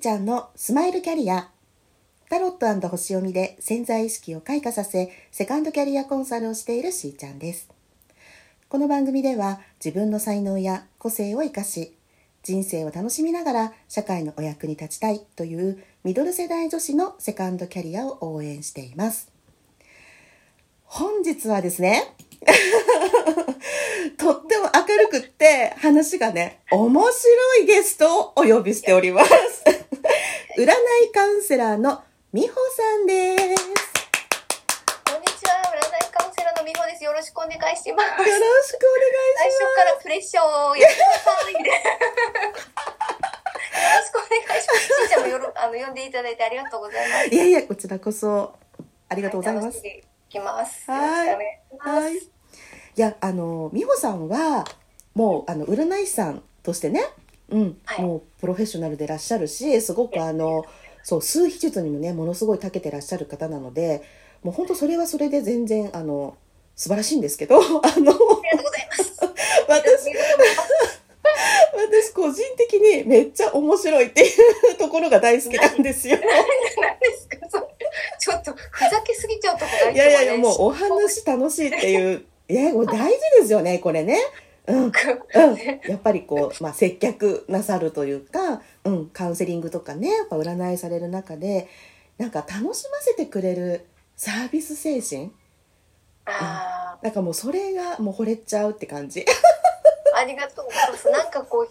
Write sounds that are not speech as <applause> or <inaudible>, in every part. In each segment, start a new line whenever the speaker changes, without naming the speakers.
ちゃんのスマイルキャリアタロット星読みで潜在意識を開花させセカンドキャリアコンサルをしているしーちゃんですこの番組では自分の才能や個性を生かし人生を楽しみながら社会のお役に立ちたいというミドル世代女子のセカンドキャリアを応援しています本日はですね <laughs> とっても明るくって話がね面白いゲストをお呼びしております占いカウンセラーの美穂さんです
こんにちは、占いカウンセラーのみほです。よろしくお願いします。
よろしくお願い
最
し
初
ます
からプレッシャーをやってくださいねよろしくお願いします。しーちゃんもよろあの呼んでいただいてありがとうございます。あ
いやいや、こちらこそ、ありがとうございま
楽し
す
ん。でいきます。
はい
よろしくお願
はい。
いし
いや、あの、美穂さんは、もう、あの、占い師さんとしてね、うん、
はい
もう、プロフェッショナルでいらっしゃるし、すごく、あの、そう、数秘術にもね、ものすごい長けてらっしゃる方なので、もう、本当それはそれで全然、あの、素晴らしいんですけど、あ <laughs> の、
ます。ありがとうございます。
私、私、個人的にめっちゃ面白いっていうところが大好きなんです
<laughs>
よ。
何ですか、それ。ちょっとふざけすぎちゃうとこがあり
い
ま
やい
すね
やいや、もうお話楽しいっていう。いや、これ大事ですよね、これね。うん。うん。やっぱりこう、まあ、接客なさるというか、うん、カウンセリングとかね、やっぱ占いされる中で、なんか楽しませてくれるサービス精神
あ
なんかもうそれがもう惚れちゃうって
<laughs>
感じ。
ーありがとうございます。なんかこう、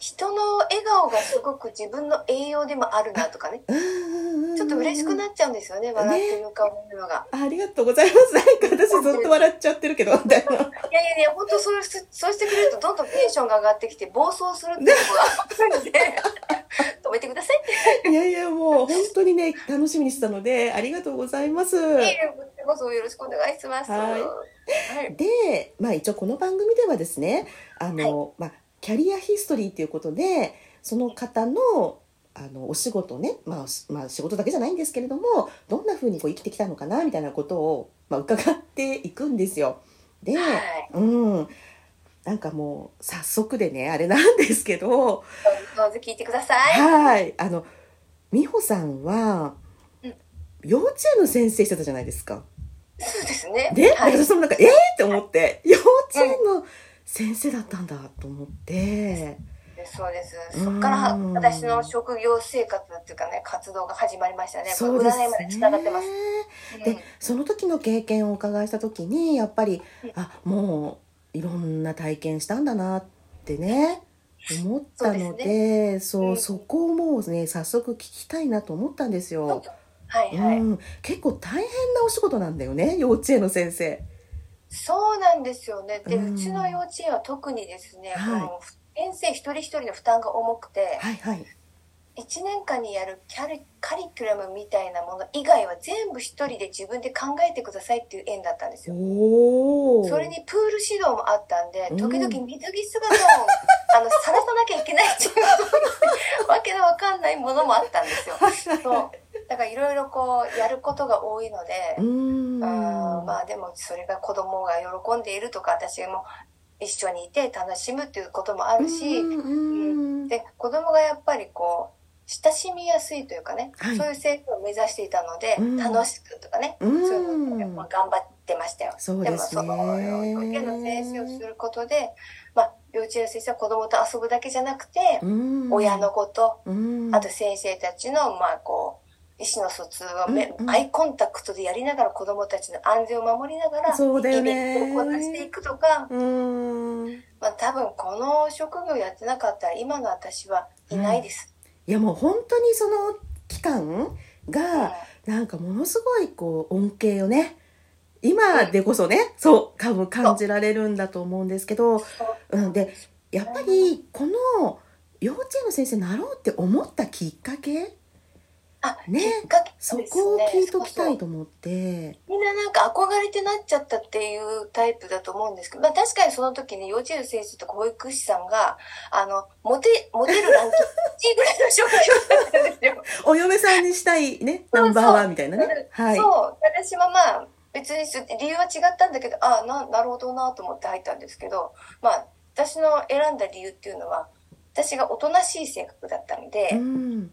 人の笑顔がすごく自分の栄養でもあるなとかね。ち
ち
ょっと嬉しくなっちゃうんですよね、笑ってる顔見るのが。
ありがとうございます。なんか私ずっと笑っちゃってるけど、みたいな。
いやいやいや、本当そうし <laughs> そうしてくれると、どんどんテンションが上がってきて、暴走するっ
<laughs>
ていうのがあるので、止めてくださいって。
いやいや、もう本当にね、楽しみにしてたので、ありがとうございます。
こちらこそよろしくお願いします。
はい
はい
で、まあ、一応この番組ではですねあの、まあ、キャリアヒストリーということでその方のあのお仕事ね、まあおしまあ、仕事だけじゃないんですけれどもどんな風にこう生きてきたのかなみたいなことを、まあ、伺っていくんですよ。で、
はい
うん、なんかもう早速でねあれなんですけど、
どうぞ聞いてください。
はいあの美穂さんは
うん
幼稚園の先生してたじゃないですか。
そうですね。
で、
はい。
私もなんか、えーって思って、幼稚園の先生だったんだと思って、
そうです。そっから
うん
私の職業生活っていうかね、活動が始まりましたね。
そうです
占いまで繋がってます。
で
うん
その時の経験をお伺いした時に、やっぱり
うん、
あ、もういろんな体験したんだなってね、思ったので、そう、
うん
そこをもうね、早速聞きたいなと思ったんですよ。
はいはい。
うん、結構大変なお仕事なんだよね、幼稚園の先生。
そうなんですよね。で、
う
うんちの幼稚園は特にですね、
はい
この先生一人一人の負担が重くて、
はいはい。
1年間にやるキャリカリキュラムみたいなもの以外は全部一人で自分で考えてくださいっていう園だったんですよ。
おお。
それにプール指導もあったんで
うん
時々水着姿を
<laughs>
あのさらさなきゃいけないっていうわけのわかんないものもあったんですよ。そうだからいろいろこうやることが多いので
う、ん。
あーまあでもそれが子供が喜んでいるとか私も一緒にいて楽しむっていうこともあるし、
うんうんうん
で子供がやっぱりこう親しみやすいというかね、
はい
そういう成功を目指していたので、
うん
楽しくとかね、
うん
そういうのでまあ頑張ってましたよ。
そうですね。
もその幼稚園の先生をすることで、まあ、幼稚園の先生は子供と遊ぶだけじゃなくて、
うん
親のこと
うん
あと先生たちのまあこう意思の疎通は目、
うんうん
アイコンタクトでやりながら子供たちの安全を守りながら
そうだよね
日々行っていくとか、
うん
まあ、多分この職業やってなかったら今の私はいないです。
いやもう本当にその期間
うん
がなんかものすごいこう恩恵をね今でこそねそう多分感じられるんだと思うんですけど、うん、でやっぱりこの幼稚園の先生になろうって思ったきっかけ
あ
ね
きっかけです
そ
ね
こを聞いときた
そ
い
うそう
と思って。
みんななんか憧れてなっちゃったっていうタイプだと思うんですけど、まあ確かにその時に幼稚園の先生とか保育士さんが、あの、モテ、モテるランキング1位ぐらいの職業だったんですよ。
お嫁さんにしたいね、
そ
ナ
うそう
ンバーワンみたいなね。はい。
そう、私もまあ、別にす理由は違ったんだけど、ああ、な、なるほどなと思って入ったんですけど、まあ、私の選んだ理由っていうのは、私がおとなしい性格だったので、
うん。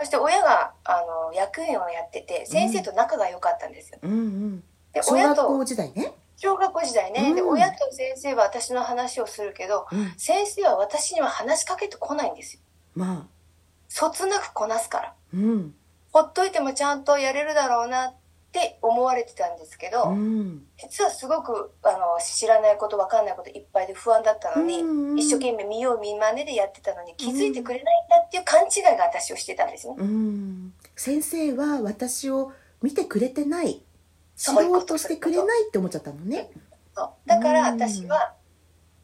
そして親が、あの、役員をやってて、先生と仲が良かったんですよ。
うんうん。
で、
小
親
学
と、
校時代ね。
小学校時代ね、で、
うん
親と先生は私の話をするけど、
うん。
先生は私には話しかけてこないんですよ。
まあ、
そつなくこなすから。
うん。
ほっといてもちゃんとやれるだろうなって思われてたんですけど、
うん。
実はすごく、あの、知らないこと、わかんないこといっぱいで不安だったのに、
うん
一生懸命見よう見まねでやってたのに気づいてくれないんだっていう勘違いが私をしてたんですね。
うん。先生は私を見てくれてない。知
そういう
ろ
こ
う
と
としてくれないって思っちゃったのね。
そうだから
うん
私は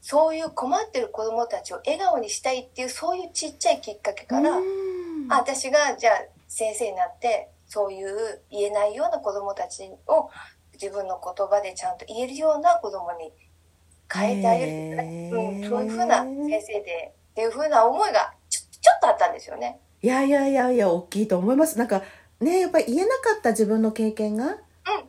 そういう困ってる子どもたちを笑顔にしたいっていうそういうちっちゃいきっかけから、
うん
あ私がじゃあ先生になってそういう言えないような子どもたちを自分の言葉でちゃんと言えるような子どもに変えてあげる、
へー
うん、そういうふうな先生でっていうふうな思いがちょちょっとあったんですよね。
いやいやいやいや大きいと思いますなんかねやっぱり言えなかった自分の経験が、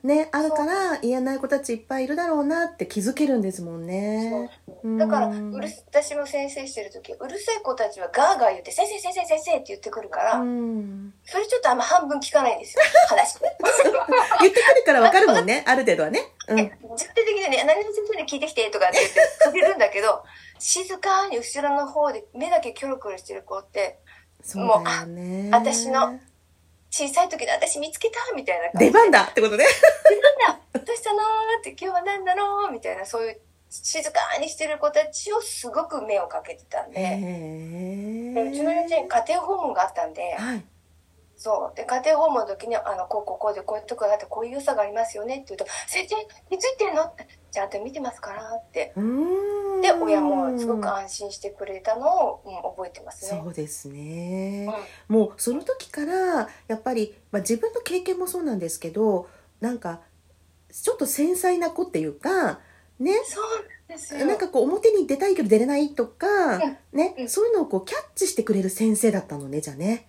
ねあるから言えない子たちいっぱいいるだろうなって気づけるんですもんね
そうだから
うん
うるす私も先生してる時うるさい子たちはガーガー言って「先生先生先生」って言ってくるから、
うん
それちょっとあんま半分聞かないんですよ
<laughs>
話して。
言ってくるからわかるもん
<laughs>
ねある程度はねうん
え絶対的にね、何々先生に聞いてきてとかって言って、くれるんだ
<laughs>
けど、静かに後ろの方で目だけキョロキョロしてる子って、
そうだよね
もうあ私の小さい時の私見つけたみたいな感じ
出番だってことね
どうしたのーって今日は何だろうみたいな、そういう静かにしてる子たちをすごく目をかけてたん
へ
で、で
え
うちの幼稚園家庭訪問があったんで、
はい
そう。で、家庭訪問の時に、あの、こうこうこうで、こういうとこがあって、こういう良さがありますよねって言うと、先生、気づいてんのってちゃんと見てますからって。
うん
で、親もすごく安心してくれたのを、うん、覚えてますね
そ。うですね、
うん
もうその時からやっぱり、まあ、自分の経験もそうなんですけどなんかちょっと繊細な子っていうかね
そうなんですよ。
なんかこう表に出たいけど出れないとか、
うん
ね、
うん
そういうのをこうキャッチしてくれる先生だったのねじゃあね。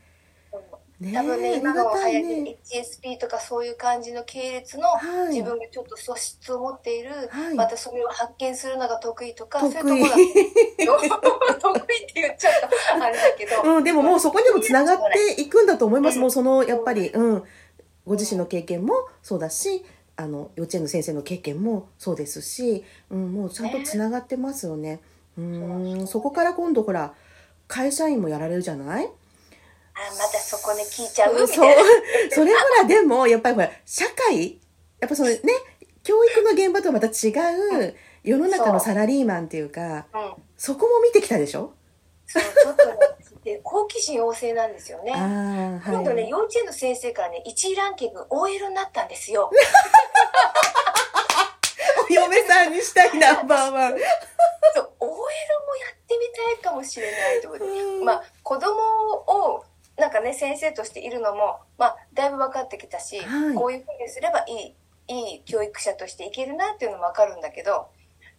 ね
多分
あ
ね、
り
今
が
の
たい
流行
ね
り。HSP とかそういう感じの系列の、
はい、
自分がちょっと素質を持っている、
はい
またそれを発見するのが得意とか、そういうとこ
得
ろ
意
が得意って言っちゃったあれだけど、
うん、でももうそこにもつながっていくんだと思います。
うん
もうその、やっぱり、うん。ご自身の経験もそうだし、あの、幼稚園の先生の経験もそうですし、うん、もうちゃんとつながってますよね。うん、そこから今度ほら、会社員もやられるじゃない
あ、またそこね、聞いちゃう
そ
み
う。
たいな。
それほら、でも、やっぱりほら、社会、やっぱそのね、教育の現場とはまた違う、世の中のサラリーマンっていうか、
うん
そこも見てきたでしょ
そう、ちょっとねで好奇心旺盛なんですよ
ああ
ね。、
はい。
今度ね、幼稚園の先生からね、1位ランキング OL になったんですよ。
お嫁さんにしたいナンバーワン。
そう OL もやってみたいかもしれないとことで
うん
<laughs> まあ、子供を、なんかね、先生としているのも、まあ、だいぶ分かってきたし、
はい
こういうふうにすればいい、いい教育者としていけるなっていうのも分かるんだけど、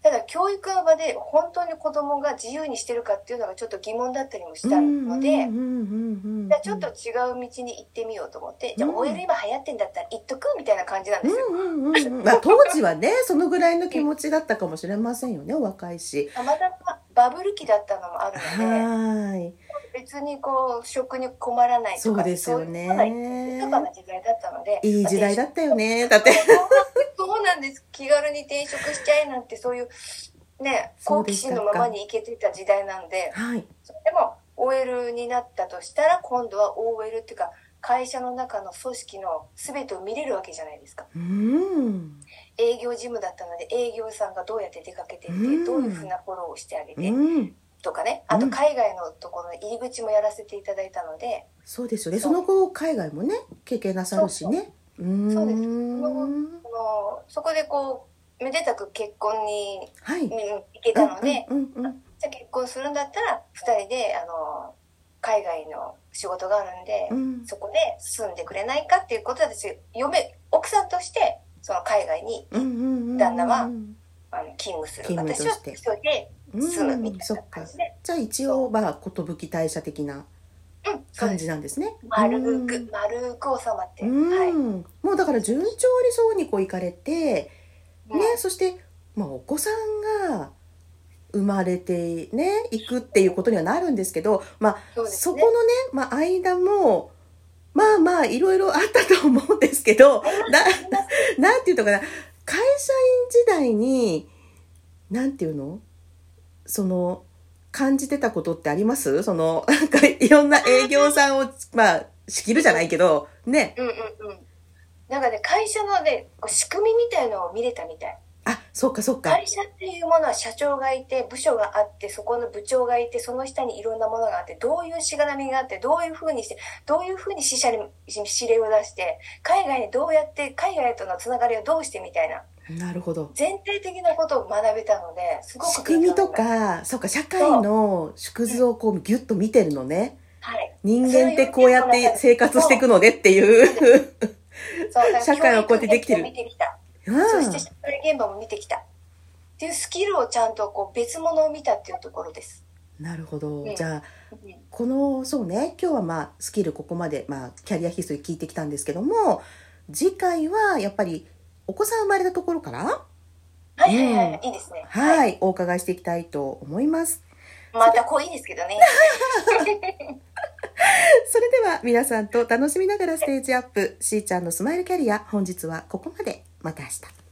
ただ教育の場で本当に子供が自由にしてるかっていうのがちょっと疑問だったりもし
う
たので、
んうんうんうんうん
じゃあちょっと違う道に行ってみようと思って、じゃあ
うん
OL 今流行ってんだったら行っとくみたいな感じなん
う
ですよ。
んうんうんうんまあ当時はねそのぐらいの気持ちだったかもしれませんよねお若いし。
たまたまバブル期だったのもあるの
は
で、別にこう、職に困らない
い
とか、
そうですよね
そういう豊かな時代だったので。
いい時代だ
っ
ったよねだって。
そうなんです。気軽に転職しちゃえなんて、そういう、ね、
そう
好
で
奇
した
心
か
のままに行けてた時代なんで、
はい
でも、OL になったとしたら、今度は OL っていうか、会社の中の組織の全てを見れるわけじゃないですか。
うん
営業事務だったので営業さんがどうやって出かけてって、
うん
どういうふうなフォローをしてあげ
う
て、
ん
とかね
うん
あと海外のところの入り口もやらせていただいたので、
そうですよねその後海外もね経験なさるしね。うん
そうですそのそこでこうめでたく結婚に、
はい。
うん行けたので、
うんうんうん
じゃあ結婚するんだったら2人であの海外の仕事があるんで、
うん
そこで住んでくれないかっていうことで私嫁奥さんとしてその海外に
うんうんうん
旦那はあの勤務する
勤務と
私は
して
一人で住むみ
うん
たい
そ
な
っか
感じで、
じゃあ一応まあ寿大社的な
うん、そうで
感
す
じなんですね。
丸く、
うん
丸く収まって、
うん
はい、
もうだから順調にそうにこう行かれて、
うん
ね、そして、まあ、お子さんが生まれてね行くっていうことにはなるんですけど、まあ
そうです
そ
ね
このね、まあ、間もまあまあいろいろあったと思うんですけど、な、なんていうのかな、会社員時代に、なんていうのその、感じてたことってありますその、なんかいろんな営業さんを、まあ、仕切るじゃないけど、ね。
うんうんうん。なんかね、会社のね、こう仕組みみたいのを見れたみたい。
あ、そっかそっか。
会社っていうものは社長がいて、部署があって、そこの部長がいて、その下にいろんなものがあって、どういうしがらみがあって、どういうふうにして、どういうふうに死者に指令を出して、海外にどうやって、海外とのつながりをどうしてみたいな、
なるほど。
全体的なことを学べたので、すごく
仕組みと。か、そうか、社会の縮図をこうギュッと見てるのね。
はい。
人間ってこうやって生活していくのねっていう。
そうだから
社会はこうやってできてる
教育現場を見てきた。
<laughs> う
そ
ん
して社会現場も見てきた。っていうスキルをちゃんとこう別物を見たっていうところです。
なるほど
う。ん
じゃあ、
うん
この、そうね、今日はまあ、スキルここまで、まあ、キャリアヒストリー聞いてきたんですけども、次回はやっぱり、お子さん生まれたところから、
はいはいはい、
う
いいですね。
はい、お伺いしていきたいと思います。 <laughs>
また濃いですけどね。
それでは、皆さんと楽しみながらステージアップ、しーちゃんのスマイルキャリア、本日はここまで。また明日。